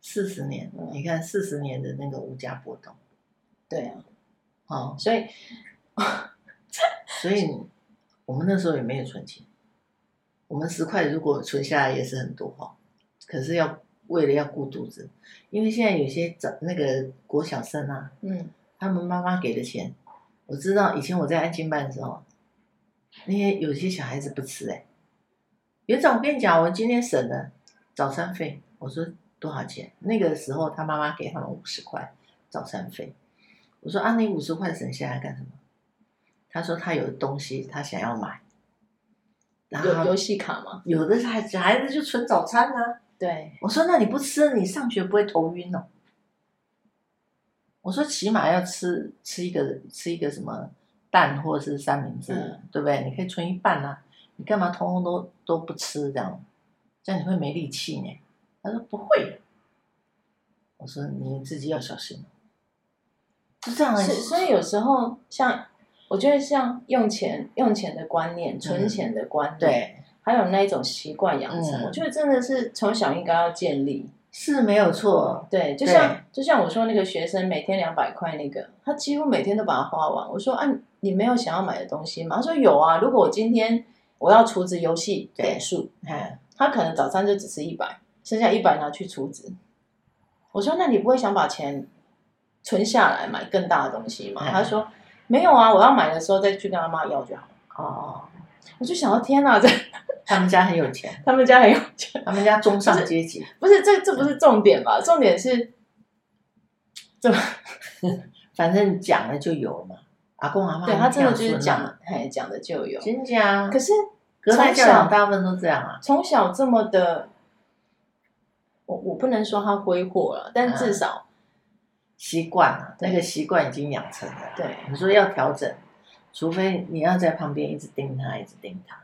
Speaker 1: 四十年，
Speaker 2: 嗯
Speaker 1: 你看四十年的那个物价波动，
Speaker 2: 对啊，
Speaker 1: 哦，
Speaker 2: 所以
Speaker 1: 所以我们那时候也没有存钱，我们十块如果存下来也是很多哈，可是要为了要顾肚子，因为现在有些早那个国小生啊，
Speaker 2: 嗯，
Speaker 1: 他们妈妈给的钱，我知道以前我在安亲班的时候，那些有些小孩子不吃哎、欸，园长我跟你讲，我今天省了早餐费，我说多少钱？那个时候他妈妈给他们五十块早餐费，我说啊，你五十块省下来干什么？他说他有东西他想要买，然
Speaker 2: 有游
Speaker 1: 后
Speaker 2: 戏卡嘛，
Speaker 1: 有的孩小孩子就存早餐啊，
Speaker 2: 对，
Speaker 1: 我说那你不吃，你上学不会头晕哦？我说起码要吃吃一个吃一个什么蛋或者是三明治，
Speaker 2: 嗯
Speaker 1: 对不对？你可以存一半啊，你干嘛通通都都不吃这样？这样你会没力气呢。他说不会。我说你自己要小心。哦就这样啊而已
Speaker 2: 是，所以有时候像我觉得像用钱用钱的观念、存钱的观念，
Speaker 1: 嗯对，
Speaker 2: 还有那一种习惯养成，
Speaker 1: 嗯
Speaker 2: 我觉得真的是从小应该要建立。
Speaker 1: 是没有错。
Speaker 2: 对，就像就像我说那个学生每天两百块那个，他几乎每天都把它花完。我说啊，你没有想要买的东西吗？他说有啊，如果我今天我要储值游戏
Speaker 1: 对
Speaker 2: 点数，
Speaker 1: 哎，
Speaker 2: 他可能早餐就只吃一百，剩下一百拿去储值。我说那你不会想把钱存下来买更大的东西吗？
Speaker 1: 嗯
Speaker 2: 他说没有啊，我要买的时候再去跟他妈要就好了。
Speaker 1: 哦，
Speaker 2: 我就想到天哪，这
Speaker 1: 他们家很有钱，
Speaker 2: 他们家很有钱，
Speaker 1: 他们家中上阶级，
Speaker 2: 不是这这不是重点吧？重点是怎么？
Speaker 1: 反正讲了就有了嘛。阿公阿妈
Speaker 2: 对他真的就
Speaker 1: 孝
Speaker 2: 是
Speaker 1: 顺啊
Speaker 2: 讲，哎，讲的就有。
Speaker 1: 真假？啊
Speaker 2: 可是
Speaker 1: 隔代教
Speaker 2: 从小
Speaker 1: 养大部分都这样啊。
Speaker 2: 从小这么的，我我不能说他挥霍了，但
Speaker 1: 嗯
Speaker 2: 至少、
Speaker 1: 习惯啊，
Speaker 2: 对
Speaker 1: 那个习惯已经养成了。
Speaker 2: 对。
Speaker 1: 你说要调整，除非你要在旁边一直盯他，一直盯他。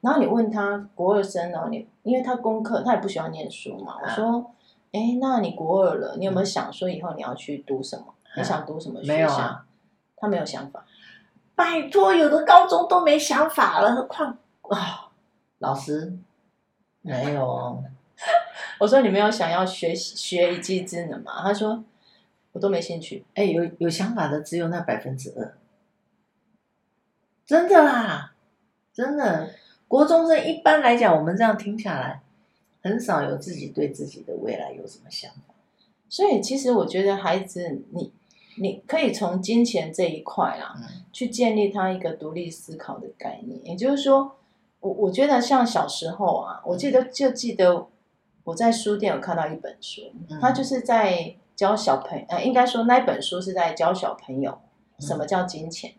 Speaker 2: 然后你问他国二生哦，你因为他功课他也不喜欢念书嘛，我
Speaker 1: 嗯
Speaker 2: 说，哎，那你国二了，你有没有想说以后你要去读什么？你
Speaker 1: 嗯
Speaker 2: 想读什么学校？
Speaker 1: 没有啊，
Speaker 2: 他没有想法。
Speaker 1: 拜托，有的高中都没想法了，何况啊，老师没有哦，
Speaker 2: 我说你没有想要学习学一技之能嘛？他说我都没兴趣。
Speaker 1: 哎，有有想法的只有那百分之二，真的啦，真的。国中生一般来讲，我们这样听下来，很少有自己对自己的未来有什么想法。
Speaker 2: 所以其实我觉得孩子你。你可以从金钱这一块啊啦，
Speaker 1: 嗯
Speaker 2: 去建立他一个独立思考的概念。也就是说，我我觉得像小时候啊，我记得就记得我在书店有看到一本书，
Speaker 1: 嗯
Speaker 2: 他就是在教小朋呃，应该说那本书是在教小朋友什么叫金钱，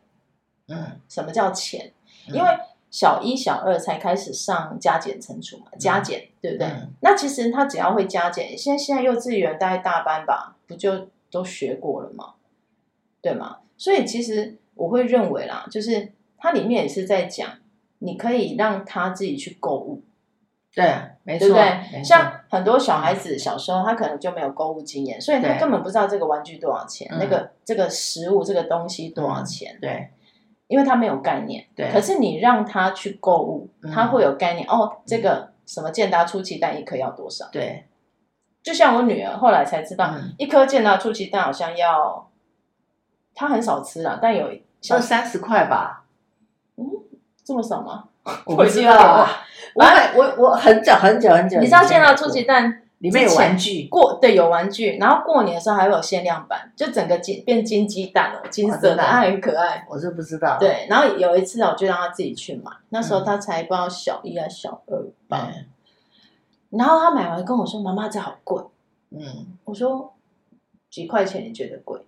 Speaker 1: 嗯，
Speaker 2: 什么叫钱，
Speaker 1: 嗯
Speaker 2: 因为。小一、小二才开始上加减乘除嘛，加减、对不对？
Speaker 1: 嗯
Speaker 2: 那其实他只要会加减，现在现在幼稚园大概大班吧，不就都学过了吗？对吗？所以其实我会认为啦，就是它里面也是在讲，你可以让他自己去购物，
Speaker 1: 对，啊没错，
Speaker 2: 对不对？
Speaker 1: 没错
Speaker 2: 像很多小孩子小时候，他可能就没有购物经验，所以他
Speaker 1: 对
Speaker 2: 根本不知道这个玩具多少钱，
Speaker 1: 嗯
Speaker 2: 那个这个食物这个东西多少钱，
Speaker 1: 对，
Speaker 2: 因为他没有概念。
Speaker 1: 对
Speaker 2: 可是你让他去购物，
Speaker 1: 嗯
Speaker 2: 他会有概念。哦，这个什么健达出奇蛋一颗要多少？
Speaker 1: 对，
Speaker 2: 就像我女儿后来才知道，
Speaker 1: 嗯
Speaker 2: 一颗健达出奇蛋好像要，她很少吃啦，但有小
Speaker 1: 二三十块吧，
Speaker 2: 这么少吗？
Speaker 1: 我
Speaker 2: 我
Speaker 1: 不
Speaker 2: 已
Speaker 1: 知
Speaker 2: 经有
Speaker 1: 道
Speaker 2: 点
Speaker 1: 啊。我买我我很久很久很久以前买过，
Speaker 2: 你知道健达出奇蛋
Speaker 1: 里面有玩具，
Speaker 2: 过对有玩具，然后过年的时候还会有限量版，就整个金变金鸡蛋哦，金色
Speaker 1: 真
Speaker 2: 的，
Speaker 1: 的啊
Speaker 2: 它很可爱。
Speaker 1: 我是不知道。
Speaker 2: 对，然后有一次啊我就让他自己去买，那时候他才不知道小一还是小二吧。
Speaker 1: 嗯，
Speaker 2: 然后他买完跟我说：“妈妈，这好贵。
Speaker 1: 嗯”
Speaker 2: 我说：“几块钱你觉得贵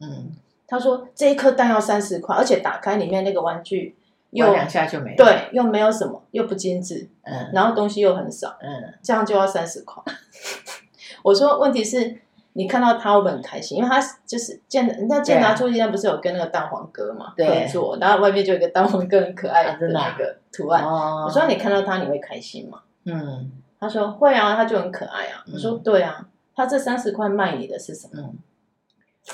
Speaker 1: 嗯，？”
Speaker 2: 他说：“这一颗蛋要三十块，而且打开里面那个玩具又
Speaker 1: 玩两下就没了。，
Speaker 2: 对又没有什么，又不精致，
Speaker 1: 嗯
Speaker 2: 然后东西又很少。”
Speaker 1: 嗯
Speaker 2: 这样就要三十块。 我说，问题是，你看到他会不会很开心？因为他就是健，人家健达出鸡蛋不是有跟那个蛋黄哥嘛
Speaker 1: 啊对
Speaker 2: 合作，然后外面就有一个蛋黄哥很可爱
Speaker 1: 啊
Speaker 2: 的
Speaker 1: 真的啊
Speaker 2: 那个图案。
Speaker 1: 哦，
Speaker 2: 我说你看到他你会开心吗？
Speaker 1: 嗯
Speaker 2: 他说会啊，他就很可爱啊。
Speaker 1: 嗯
Speaker 2: 我说对啊，他这三十块卖你的是什么？
Speaker 1: 嗯，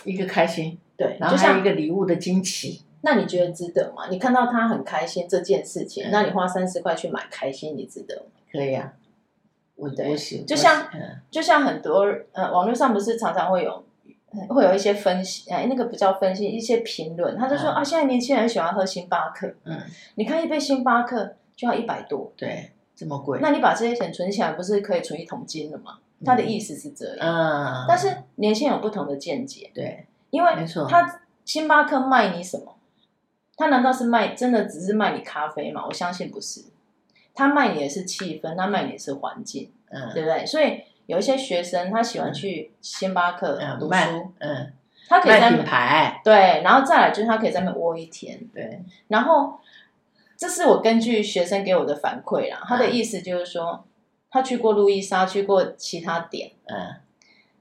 Speaker 1: 一个开心，
Speaker 2: 对，
Speaker 1: 然
Speaker 2: 就
Speaker 1: 后还有一
Speaker 2: 像
Speaker 1: 个礼物的惊奇。
Speaker 2: 那你觉得值得吗？你看到他很开心这件事情，
Speaker 1: 嗯
Speaker 2: 那你花三十块去买开心，你值得吗？
Speaker 1: 可以啊，我
Speaker 2: 对
Speaker 1: 我喜，
Speaker 2: 就像
Speaker 1: 嗯
Speaker 2: 就像很多呃，网络上不是常常会有呃会有一些分析，哎，那个不叫分析，一些评论，他就说、
Speaker 1: 嗯
Speaker 2: 啊，现在年轻人喜欢喝星巴克，
Speaker 1: 嗯，
Speaker 2: 你看一杯星巴克就要一百多，
Speaker 1: 对，这么贵，
Speaker 2: 那你把这些钱存起来，不是可以存一桶金了吗？他的意思是这样，
Speaker 1: 嗯，
Speaker 2: 但是年轻人有不同的见解，
Speaker 1: 对，
Speaker 2: 因为
Speaker 1: 没错
Speaker 2: 他星巴克卖你什么？他难道是卖真的只是卖你咖啡吗？我相信不是，他卖你的是气氛，他卖你的是环境，对
Speaker 1: 嗯
Speaker 2: 不对？所以有一些学生他喜欢去星巴克读
Speaker 1: 嗯，卖
Speaker 2: 书，
Speaker 1: 嗯
Speaker 2: 他可以在
Speaker 1: 卖
Speaker 2: 那
Speaker 1: 品牌，
Speaker 2: 对，然后再来就是他可以在那边窝一天，
Speaker 1: 对，
Speaker 2: 然后这是我根据学生给我的反馈啦，
Speaker 1: 嗯
Speaker 2: 他的意思就是说他去过路易莎，去过其他点，
Speaker 1: 嗯，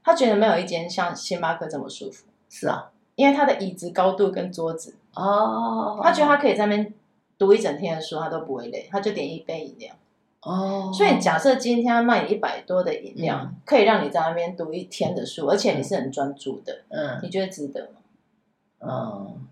Speaker 2: 他觉得没有一间像星巴克这么舒服，
Speaker 1: 是啊，
Speaker 2: 因为他的椅子高度跟桌子。
Speaker 1: 哦，
Speaker 2: 他觉得他可以在那边读一整天的书，他都不会累，他就点一杯饮料。
Speaker 1: 哦，
Speaker 2: 所以假设今天他卖你一百多的饮料，
Speaker 1: 嗯
Speaker 2: 可以让你在那边读一天的书，而且你是很专注的，
Speaker 1: 嗯
Speaker 2: 你觉得值得吗？
Speaker 1: 嗯，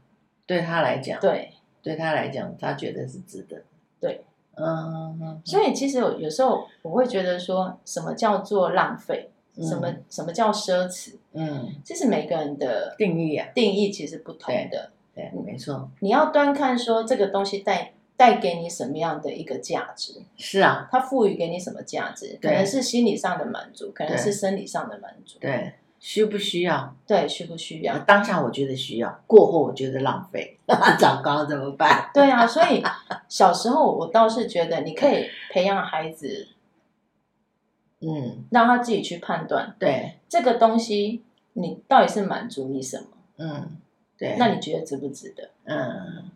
Speaker 1: 对他来讲，
Speaker 2: 对，
Speaker 1: 对他来讲，他觉得是值得，
Speaker 2: 对，
Speaker 1: 嗯，嗯，
Speaker 2: 所以其实有有时候我会觉得说什么叫做浪费，
Speaker 1: 嗯
Speaker 2: 什么什么叫奢侈，
Speaker 1: 嗯，
Speaker 2: 其实每个人的
Speaker 1: 定义啊，
Speaker 2: 定义其实不同的。
Speaker 1: 对，
Speaker 2: 嗯
Speaker 1: 没错，
Speaker 2: 你要端看说这个东西带带给你什么样的一个价值，
Speaker 1: 是啊，
Speaker 2: 它赋予给你什么价值，可
Speaker 1: 对
Speaker 2: 能是心理上的满足，可能
Speaker 1: 对
Speaker 2: 是生理上的满足。
Speaker 1: 对，需不需要？
Speaker 2: 对，需不需要？
Speaker 1: 当下我觉得需要，过后我觉得浪费， 糟糕，怎么办？
Speaker 2: 对啊，所以小时候我倒是觉得你可以培养孩子，
Speaker 1: 嗯，
Speaker 2: 让他自己去判断
Speaker 1: 对，
Speaker 2: 这个东西你到底是满足你什么，
Speaker 1: 嗯，对，
Speaker 2: 那你觉得值不值得？
Speaker 1: 嗯，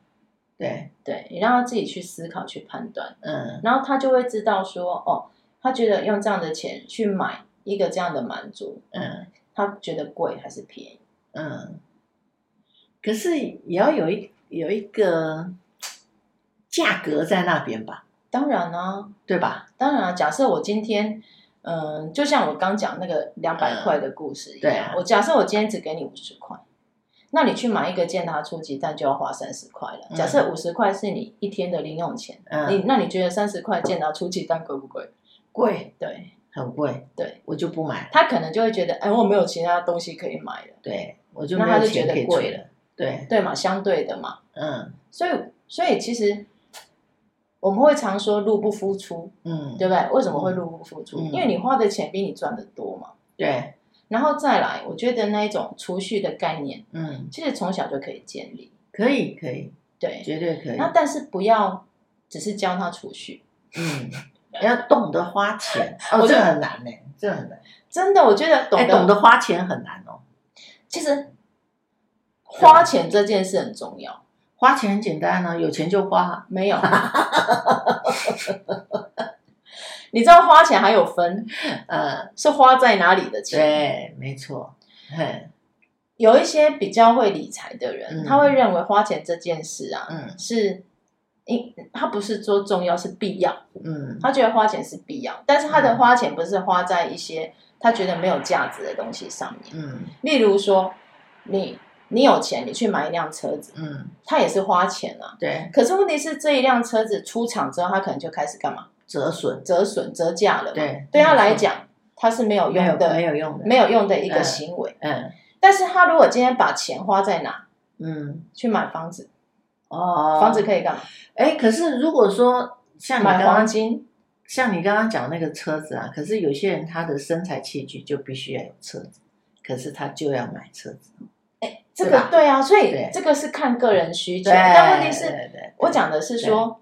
Speaker 1: 对，
Speaker 2: 对你让他自己去思考去判断，
Speaker 1: 嗯
Speaker 2: 然后他就会知道说，哦，他觉得用这样的钱去买一个这样的满足，
Speaker 1: 嗯
Speaker 2: 他觉得贵还是便宜？
Speaker 1: 嗯，可是也要有一有一个价格在那边吧，
Speaker 2: 当然啊，
Speaker 1: 对吧？
Speaker 2: 当然、啊，假设我今天，嗯，就像我刚讲那个两百块的故事一
Speaker 1: 对
Speaker 2: 样，
Speaker 1: 啊
Speaker 2: 我假设我今天只给你五十块，那你去买一个健达初级蛋就要花三十块了。
Speaker 1: 嗯
Speaker 2: 假设五十块是你一天的零用钱，你
Speaker 1: 嗯，
Speaker 2: 那你觉得三十块健达初级蛋贵不贵？
Speaker 1: 贵，
Speaker 2: 对，
Speaker 1: 很贵，
Speaker 2: 对
Speaker 1: 我就不买了，
Speaker 2: 他可能就会觉得，哎，我没有其他东西可以买了，
Speaker 1: 对我就
Speaker 2: 那
Speaker 1: 没
Speaker 2: 他
Speaker 1: 有
Speaker 2: 就觉
Speaker 1: 钱
Speaker 2: 得
Speaker 1: 可以
Speaker 2: 贵
Speaker 1: 存
Speaker 2: 了
Speaker 1: 了，对，
Speaker 2: 对嘛？相对的嘛，
Speaker 1: 嗯
Speaker 2: 所以所以其实我们会常说入不敷出，
Speaker 1: 嗯，
Speaker 2: 对不对？为什么会入不敷出？
Speaker 1: 嗯
Speaker 2: 因为你花的钱比你赚的多嘛。
Speaker 1: 对，
Speaker 2: 然后再来，我觉得那一种储蓄的概念，
Speaker 1: 嗯，
Speaker 2: 其实从小就可以建立。
Speaker 1: 可以可以，
Speaker 2: 对，
Speaker 1: 绝对可以，
Speaker 2: 那但是不要只是教他储蓄。
Speaker 1: 嗯，要懂得花 钱，哦，
Speaker 2: 我
Speaker 1: 这
Speaker 2: 就
Speaker 1: 个很难呢，这个很难，
Speaker 2: 真的，我觉得懂
Speaker 1: 哎，
Speaker 2: 得、
Speaker 1: 懂得花钱很难哦，
Speaker 2: 其实花钱这件事很重要。
Speaker 1: 花钱很简单呢，有钱就花啊，
Speaker 2: 没有， 你知道花钱还有分，
Speaker 1: 嗯。
Speaker 2: 是花在哪里的钱。
Speaker 1: 对，没错，嘿，
Speaker 2: 有一些比较会理财的人，
Speaker 1: 嗯
Speaker 2: 他会认为花钱这件事啊，
Speaker 1: 嗯
Speaker 2: 是，因他不是说重要，是必要。
Speaker 1: 嗯，
Speaker 2: 他觉得花钱是必要，但是他的花钱不是花在一些他觉得没有价值的东西上面，
Speaker 1: 嗯
Speaker 2: 例如说，你你有钱，你去买一辆车子，
Speaker 1: 嗯，
Speaker 2: 他也是花钱啊。
Speaker 1: 对，
Speaker 2: 可是问题是，这一辆车子出厂之后，他可能就开始干嘛？
Speaker 1: 折损，
Speaker 2: 折损、折价了嘛。
Speaker 1: 对
Speaker 2: 对他来
Speaker 1: 没错
Speaker 2: 讲，他是没有
Speaker 1: 没有
Speaker 2: 用的，
Speaker 1: 没有用的，
Speaker 2: 没有用的一个
Speaker 1: 嗯
Speaker 2: 行为。
Speaker 1: 嗯
Speaker 2: 但是他如果今天把钱花在哪？
Speaker 1: 嗯，
Speaker 2: 去买房子，
Speaker 1: 哦，
Speaker 2: 房子，可以干嘛？
Speaker 1: 哎，可是如果说像你刚
Speaker 2: 买黄
Speaker 1: 刚
Speaker 2: 金。
Speaker 1: 像你刚刚讲那个车子啊，可是有些人他的身材器具就必须要有车子，可是他就要买车子，
Speaker 2: 这
Speaker 1: 对
Speaker 2: 个
Speaker 1: 吧
Speaker 2: 对啊，所以
Speaker 1: 对
Speaker 2: 这个是看个人需求。但问题是，
Speaker 1: 对对
Speaker 2: 我讲的是说，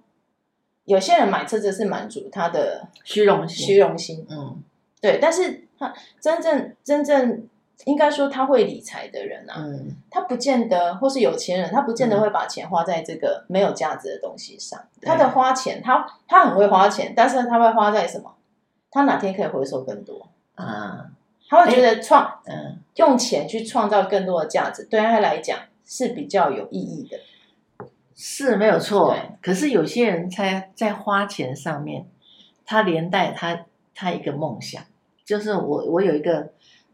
Speaker 2: 有些人买车子是满足他的
Speaker 1: 虚荣心，
Speaker 2: 虚荣心，
Speaker 1: 嗯
Speaker 2: 对，但是他真正真正应该说他会理财的人啊，
Speaker 1: 嗯，
Speaker 2: 他不见得或是有钱人，他不见得
Speaker 1: 嗯
Speaker 2: 会把钱花在这个没有价值的东西上。
Speaker 1: 对
Speaker 2: 他的花钱，他他很会花钱，但是他会花在什么？他哪天可以回收更多？
Speaker 1: 啊
Speaker 2: 他会觉得创
Speaker 1: 嗯，
Speaker 2: 用钱去创造更多的价值，对他来讲是比较有意义的。
Speaker 1: 是没有错
Speaker 2: 对，
Speaker 1: 可是有些人在在花钱上面，他连带他他一个梦想，就是我我有一个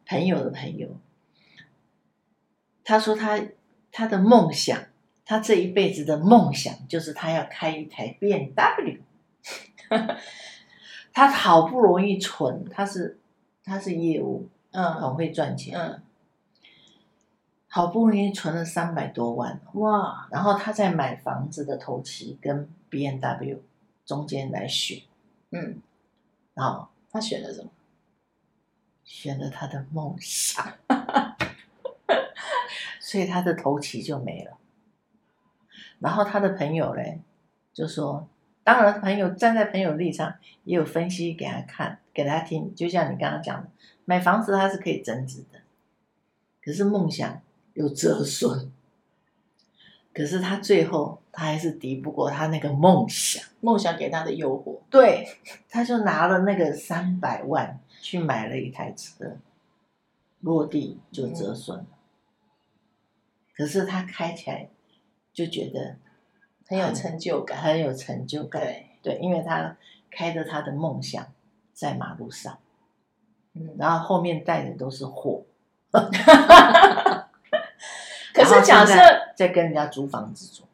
Speaker 1: 朋友的朋友，他说他他的梦想，他这一辈子的梦想就是他要开一台 B M W。他好不容易存，他是他是业务，
Speaker 2: 嗯
Speaker 1: 很会赚钱，
Speaker 2: 嗯，
Speaker 1: 好不容易存了三百多万哦，
Speaker 2: 哇，
Speaker 1: 然后他在买房子的头期跟 B N W 中间来选，啊
Speaker 2: 嗯，
Speaker 1: 然后
Speaker 2: 他选了什么？
Speaker 1: 选了他的梦想， 所以他的头期就没了。然后他的朋友嘞，就说，当然朋友站在朋友立场也有分析给他看，给他听，就像你刚刚讲的，买房子它是可以增值的，可是梦想有折损，可是他最后他还是敌不过他那个梦想。
Speaker 2: 梦想给他的诱惑，
Speaker 1: 对，他就拿了那个三百万去买了一台车，落地就
Speaker 2: 嗯
Speaker 1: 折损了。可是他开起来就觉得
Speaker 2: 很有成就感。
Speaker 1: 很有成就感，
Speaker 2: 对，
Speaker 1: 对，因为他开着他的梦想在马路上，
Speaker 2: 嗯，
Speaker 1: 然后后面带的都是货，
Speaker 2: 可
Speaker 1: 然
Speaker 2: 是
Speaker 1: 后
Speaker 2: 假
Speaker 1: 现
Speaker 2: 设，
Speaker 1: 在在跟人家租房子住，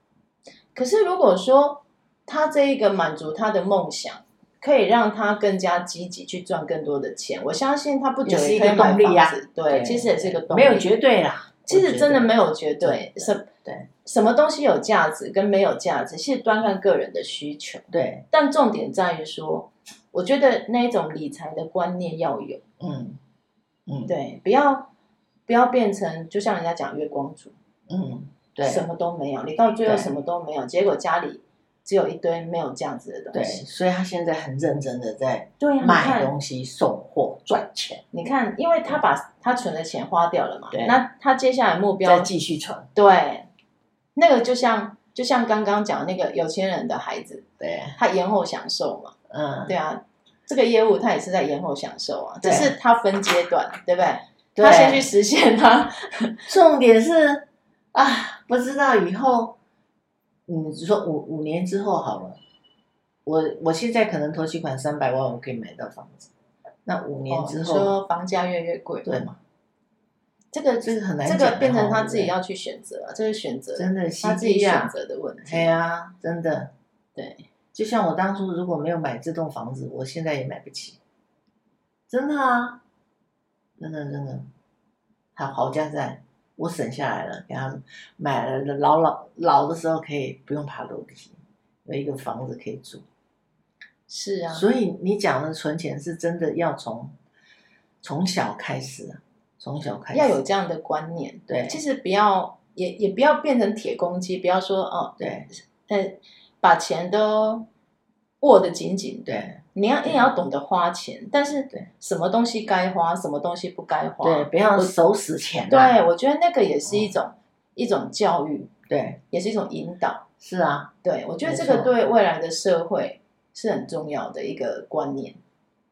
Speaker 2: 可是如果说他这一个满足他的梦想，可以让他更加积极去赚更多的钱，我相信他不久
Speaker 1: 也是一
Speaker 2: 可以
Speaker 1: 个
Speaker 2: 买
Speaker 1: 动力
Speaker 2: 房
Speaker 1: 啊
Speaker 2: 子。对，其实也是一个动力，
Speaker 1: 没有绝对啦，
Speaker 2: 其实真的没
Speaker 1: 有，
Speaker 2: 有绝对，
Speaker 1: 对
Speaker 2: 什
Speaker 1: 对
Speaker 2: 什么东西有价值跟没有价值，其实端看个人的需求。
Speaker 1: 对，
Speaker 2: 但重点在于说，我觉得那一种理财的观念要有，
Speaker 1: 嗯嗯，，
Speaker 2: 对，不要不要变成就像人家讲月光族，
Speaker 1: 嗯对
Speaker 2: 什么都没有，你到最后
Speaker 1: 对
Speaker 2: 什么都没有，结果家里只有一堆没有价值的东
Speaker 1: 对，
Speaker 2: 西。
Speaker 1: 所以他现在很认真的在。
Speaker 2: 对呀、你
Speaker 1: 卖
Speaker 2: 看，
Speaker 1: 东西、送货、赚钱，
Speaker 2: 你看，因为他把他存的钱花掉了嘛，
Speaker 1: 对
Speaker 2: 那他接下来目标
Speaker 1: 再继续存。
Speaker 2: 对那个就像就像刚刚讲那个有钱人的孩子，
Speaker 1: 对，啊
Speaker 2: 他延后享受嘛，
Speaker 1: 嗯，
Speaker 2: 对啊，这个业务他也是在延后享受啊，只
Speaker 1: 对
Speaker 2: 是他分阶段，对不对？
Speaker 1: 对
Speaker 2: 他先去实现 他，
Speaker 1: 重点是啊，不知道以后，你说五五年之后好了，我我现在可能投期款三百万，我可以买到房子，那五年之
Speaker 2: 哦你
Speaker 1: 后，
Speaker 2: 说房价越来越贵，
Speaker 1: 对嘛？
Speaker 2: 这个
Speaker 1: 这个很难
Speaker 2: 这
Speaker 1: 讲
Speaker 2: 个变成
Speaker 1: 哦
Speaker 2: 他自己要去选择啊了，这是选择，
Speaker 1: 真的
Speaker 2: 他自己
Speaker 1: CP 啊
Speaker 2: 选择的问
Speaker 1: 哎
Speaker 2: 题。
Speaker 1: 呀，真的，
Speaker 2: 对，
Speaker 1: 就像我当初如果没有买这栋房子，我现在也买不起，真的啊，真的真的，好好家在，我省下来了，给他们买了，老老老的时候可以不用爬楼梯，有一个房子可以住。
Speaker 2: 是啊，
Speaker 1: 所以你讲的存钱是真的要从从小开始啊，从小开始
Speaker 2: 要有这样的观念。
Speaker 1: 对
Speaker 2: 其实不要，也也不要变成铁公鸡，不要说哦，
Speaker 1: 对
Speaker 2: 呃，把钱都握得紧紧的。
Speaker 1: 对
Speaker 2: 你要你也要懂得花钱，但是
Speaker 1: 对
Speaker 2: 什么东西该花，什么东西不该花。
Speaker 1: 对，不哦要手死钱啊、
Speaker 2: 对，我觉得那个也是一种、一种教育，
Speaker 1: 对，
Speaker 2: 也是一种引导。
Speaker 1: 是啊，
Speaker 2: 对，我觉得
Speaker 1: 没
Speaker 2: 这
Speaker 1: 错
Speaker 2: 个对未来的社会是很重要的一个观念。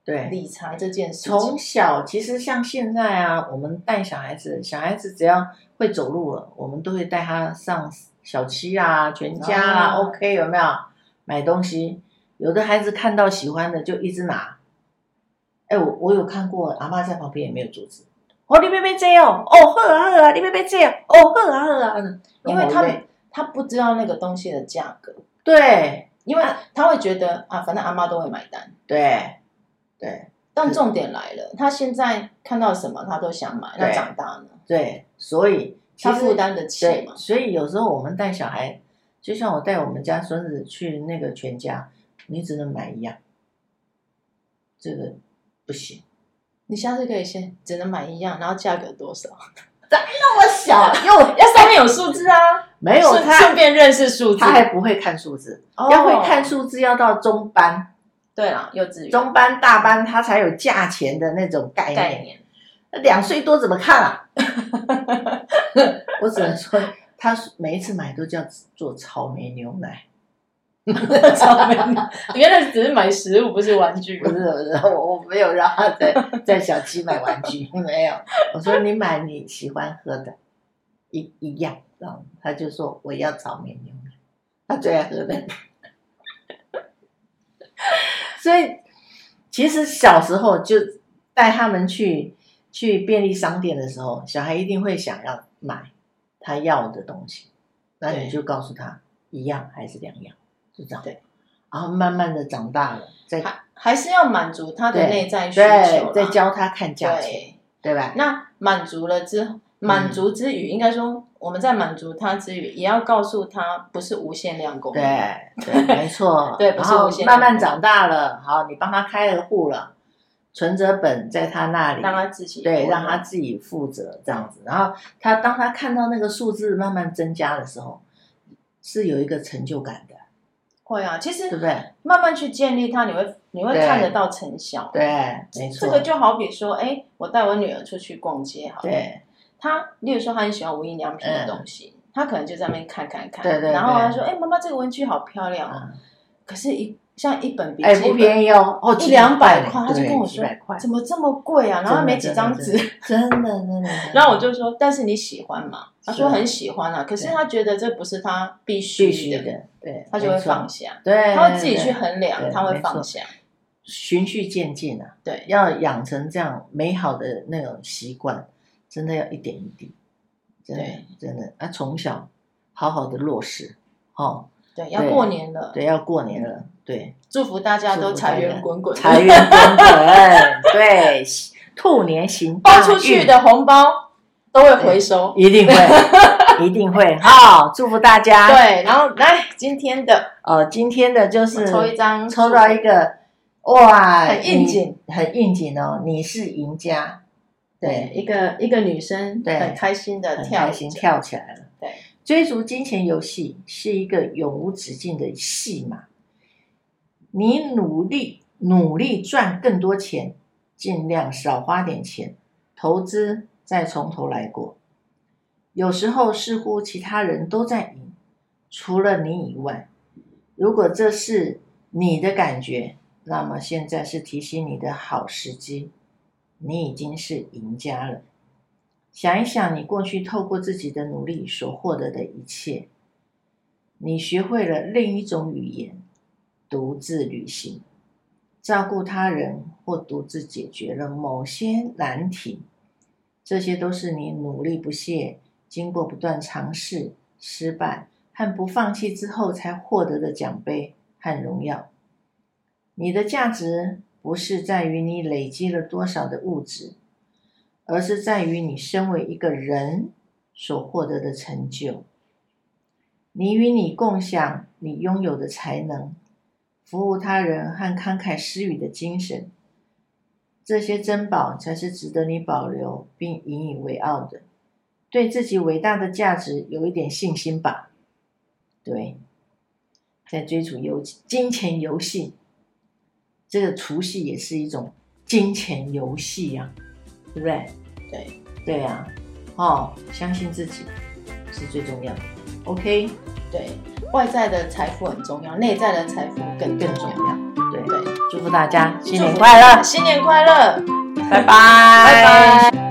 Speaker 1: 对，
Speaker 2: 理财这件事
Speaker 1: 从
Speaker 2: 情，
Speaker 1: 小其实像现在啊，我们带小孩子，小孩子只要会走路了，我们都会带他上小七啊、全家啊、
Speaker 2: 哦
Speaker 1: OK 有没有？买东西，有的孩子看到喜欢的就一直拿。哎，我我有看过，阿妈在旁边也没有阻止。哦，你别别这样哦，哦好啊好啊，你别别这样哦，好啊好啊，嗯
Speaker 2: 因为他
Speaker 1: 好累
Speaker 2: 他不知道那个东西的价格，
Speaker 1: 对
Speaker 2: 因为他会觉得啊，反正阿妈都会买单。
Speaker 1: 对对
Speaker 2: 但重点来了，他现在看到什么他都想买，那
Speaker 1: 对
Speaker 2: 长大呢，
Speaker 1: 对，所以其
Speaker 2: 他
Speaker 1: 实
Speaker 2: 负担得起
Speaker 1: 对
Speaker 2: 吗，？
Speaker 1: 所以有时候我们带小孩，就像我带我们家孙子去那个全家，你只能买一样，这个不行。
Speaker 2: 你下次可以先只能买一样，然后价格 多少？
Speaker 1: 那么小又
Speaker 2: 要上面有数字啊，
Speaker 1: 没有
Speaker 2: 顺顺
Speaker 1: 他，
Speaker 2: 便认识数字。
Speaker 1: 他还不会看数字，
Speaker 2: 哦
Speaker 1: 要会看数字要到中班、
Speaker 2: 对啦，幼稚园
Speaker 1: 中班、大班，他才有价钱的那种概
Speaker 2: 概
Speaker 1: 念。
Speaker 2: 念，
Speaker 1: 那两岁多怎么看啊？ 我只能说，他每一次买都叫做草莓牛奶。
Speaker 2: 草莓奶 原来只是买食物，不是玩具
Speaker 1: 不。是 不是，我我没有让他在在小七买玩具，没有。我说你买你喜欢喝的，一一样，然后他就说我要草莓牛奶，他最爱喝的。所以其实小时候就带他们去去便利商店的时候，小孩一定会想要买他要的东西，那
Speaker 2: 对
Speaker 1: 你就告诉他一样还是两样，就这样。
Speaker 2: 对，
Speaker 1: 然后慢慢的长大了，再
Speaker 2: 还还是要满足他的
Speaker 1: 对
Speaker 2: 内在需求啦
Speaker 1: 对再教他看价钱，对
Speaker 2: 对，
Speaker 1: 吧？
Speaker 2: 那满足了之
Speaker 1: 嗯
Speaker 2: 后，满足之余，应该说我们在满足他之余，也要告诉他不是无限量供应。
Speaker 1: 对对，没错
Speaker 2: 嗯 。对不
Speaker 1: 然
Speaker 2: 是
Speaker 1: 后
Speaker 2: 无限
Speaker 1: 慢慢
Speaker 2: 量
Speaker 1: 长大了，好，你帮他开了户了，存折本在他那里，
Speaker 2: 让他自己
Speaker 1: 对，让他自己负责这样子。然后他当他看到那个数字慢慢增加的时候，是有一个成就感的，
Speaker 2: 会啊。其
Speaker 1: 对
Speaker 2: 实
Speaker 1: 不对？
Speaker 2: 慢慢去建立它，你会你会
Speaker 1: 对
Speaker 2: 看得到成效。，
Speaker 1: 对，没错。
Speaker 2: 这个就好比说，哎，我带我女儿出去逛街，好了，
Speaker 1: 对嗯
Speaker 2: 她，例如说她很喜欢无印良品的东西，她可能就在那边看看看，
Speaker 1: 对对对
Speaker 2: 然后她说，哎，妈妈这个文具好漂亮哦，
Speaker 1: 啊，
Speaker 2: 可是一像一本笔
Speaker 1: 哎，
Speaker 2: 记
Speaker 1: 不
Speaker 2: 本
Speaker 1: 便宜哦，哦，
Speaker 2: 一两百块，她
Speaker 1: 他
Speaker 2: 就跟我
Speaker 1: 几
Speaker 2: 说
Speaker 1: 百块，，
Speaker 2: 怎么这么贵啊？然后她没几张
Speaker 1: 真的
Speaker 2: 纸，
Speaker 1: 真的真的。
Speaker 2: 然后我就说，但是你喜欢嘛？她
Speaker 1: 嗯
Speaker 2: 说
Speaker 1: 是啊
Speaker 2: 很喜欢啊，可是
Speaker 1: 对
Speaker 2: 她觉得这不是她必
Speaker 1: 必
Speaker 2: 须
Speaker 1: 须
Speaker 2: 的，
Speaker 1: 的，对，
Speaker 2: 她就会
Speaker 1: 没错
Speaker 2: 放，下，
Speaker 1: 对，
Speaker 2: 她会自己
Speaker 1: 对
Speaker 2: 去衡量，
Speaker 1: 对
Speaker 2: 她会
Speaker 1: 没
Speaker 2: 放
Speaker 1: 错
Speaker 2: 下，
Speaker 1: 循序渐进啊，
Speaker 2: 对。
Speaker 1: 要养成这样美好的那种习惯，真的要一点一滴，真的
Speaker 2: 对
Speaker 1: 真的啊，从小好好的落实，哦，
Speaker 2: 对，要
Speaker 1: 对
Speaker 2: 过年了，
Speaker 1: 对，要过年了，对，
Speaker 2: 祝福大家都
Speaker 1: 祝福
Speaker 2: 财
Speaker 1: 大
Speaker 2: 源
Speaker 1: 家
Speaker 2: 滚滚，
Speaker 1: 财源滚 滚，对，兔年行大
Speaker 2: 包
Speaker 1: 运
Speaker 2: 出去的红包都会回收。
Speaker 1: 一定 会，一定会，好，祝福大家。，
Speaker 2: 对，然后来今天的
Speaker 1: 呃，今天的就是
Speaker 2: 抽一张，
Speaker 1: 抽到一个，哇，
Speaker 2: 很应景
Speaker 1: 你，很应景哦，你是赢家，
Speaker 2: 对一个一个女生
Speaker 1: 对
Speaker 2: 很开心的
Speaker 1: 很
Speaker 2: 跳
Speaker 1: 开
Speaker 2: 一
Speaker 1: 心
Speaker 2: 下，
Speaker 1: 跳起来了。
Speaker 2: 对，
Speaker 1: 追逐金钱游戏是一个永无止境的戏码。你努力努力赚更多钱，尽量少花点钱，投资再从头来过。有时候似乎其他人都在赢，除了你以外。如果这是你的感觉，那么现在是提醒你的好时机，你已经是赢家了。想一想你过去透过自己的努力所获得的一切，你学会了另一种语言，独自旅行，照顾他人或独自解决了某些难题，这些都是你努力不懈，经过不断尝试、失败和不放弃之后才获得的奖杯和荣耀。你的价值不是在于你累积了多少的物质，而是在于你身为一个人所获得的成就。你与你共享你拥有的才能，服务他人和慷慨施予的精神，这些珍宝才是值得你保留并引以为傲的。对自己伟大的价值有一点信心吧。对，在追逐游金钱游戏，这个除夕也是一种金钱游戏呀、对不对？
Speaker 2: 对，
Speaker 1: 对呀、哦，相信自己是最重要的。OK，
Speaker 2: 对，外在的财富很重要，内在的财富更重
Speaker 1: 更重
Speaker 2: 要。
Speaker 1: 要。对，
Speaker 2: 对，
Speaker 1: 祝福大家新
Speaker 2: 祝
Speaker 1: 年
Speaker 2: 福
Speaker 1: 快乐，
Speaker 2: 新年快乐，
Speaker 1: 拜拜，
Speaker 2: 拜拜。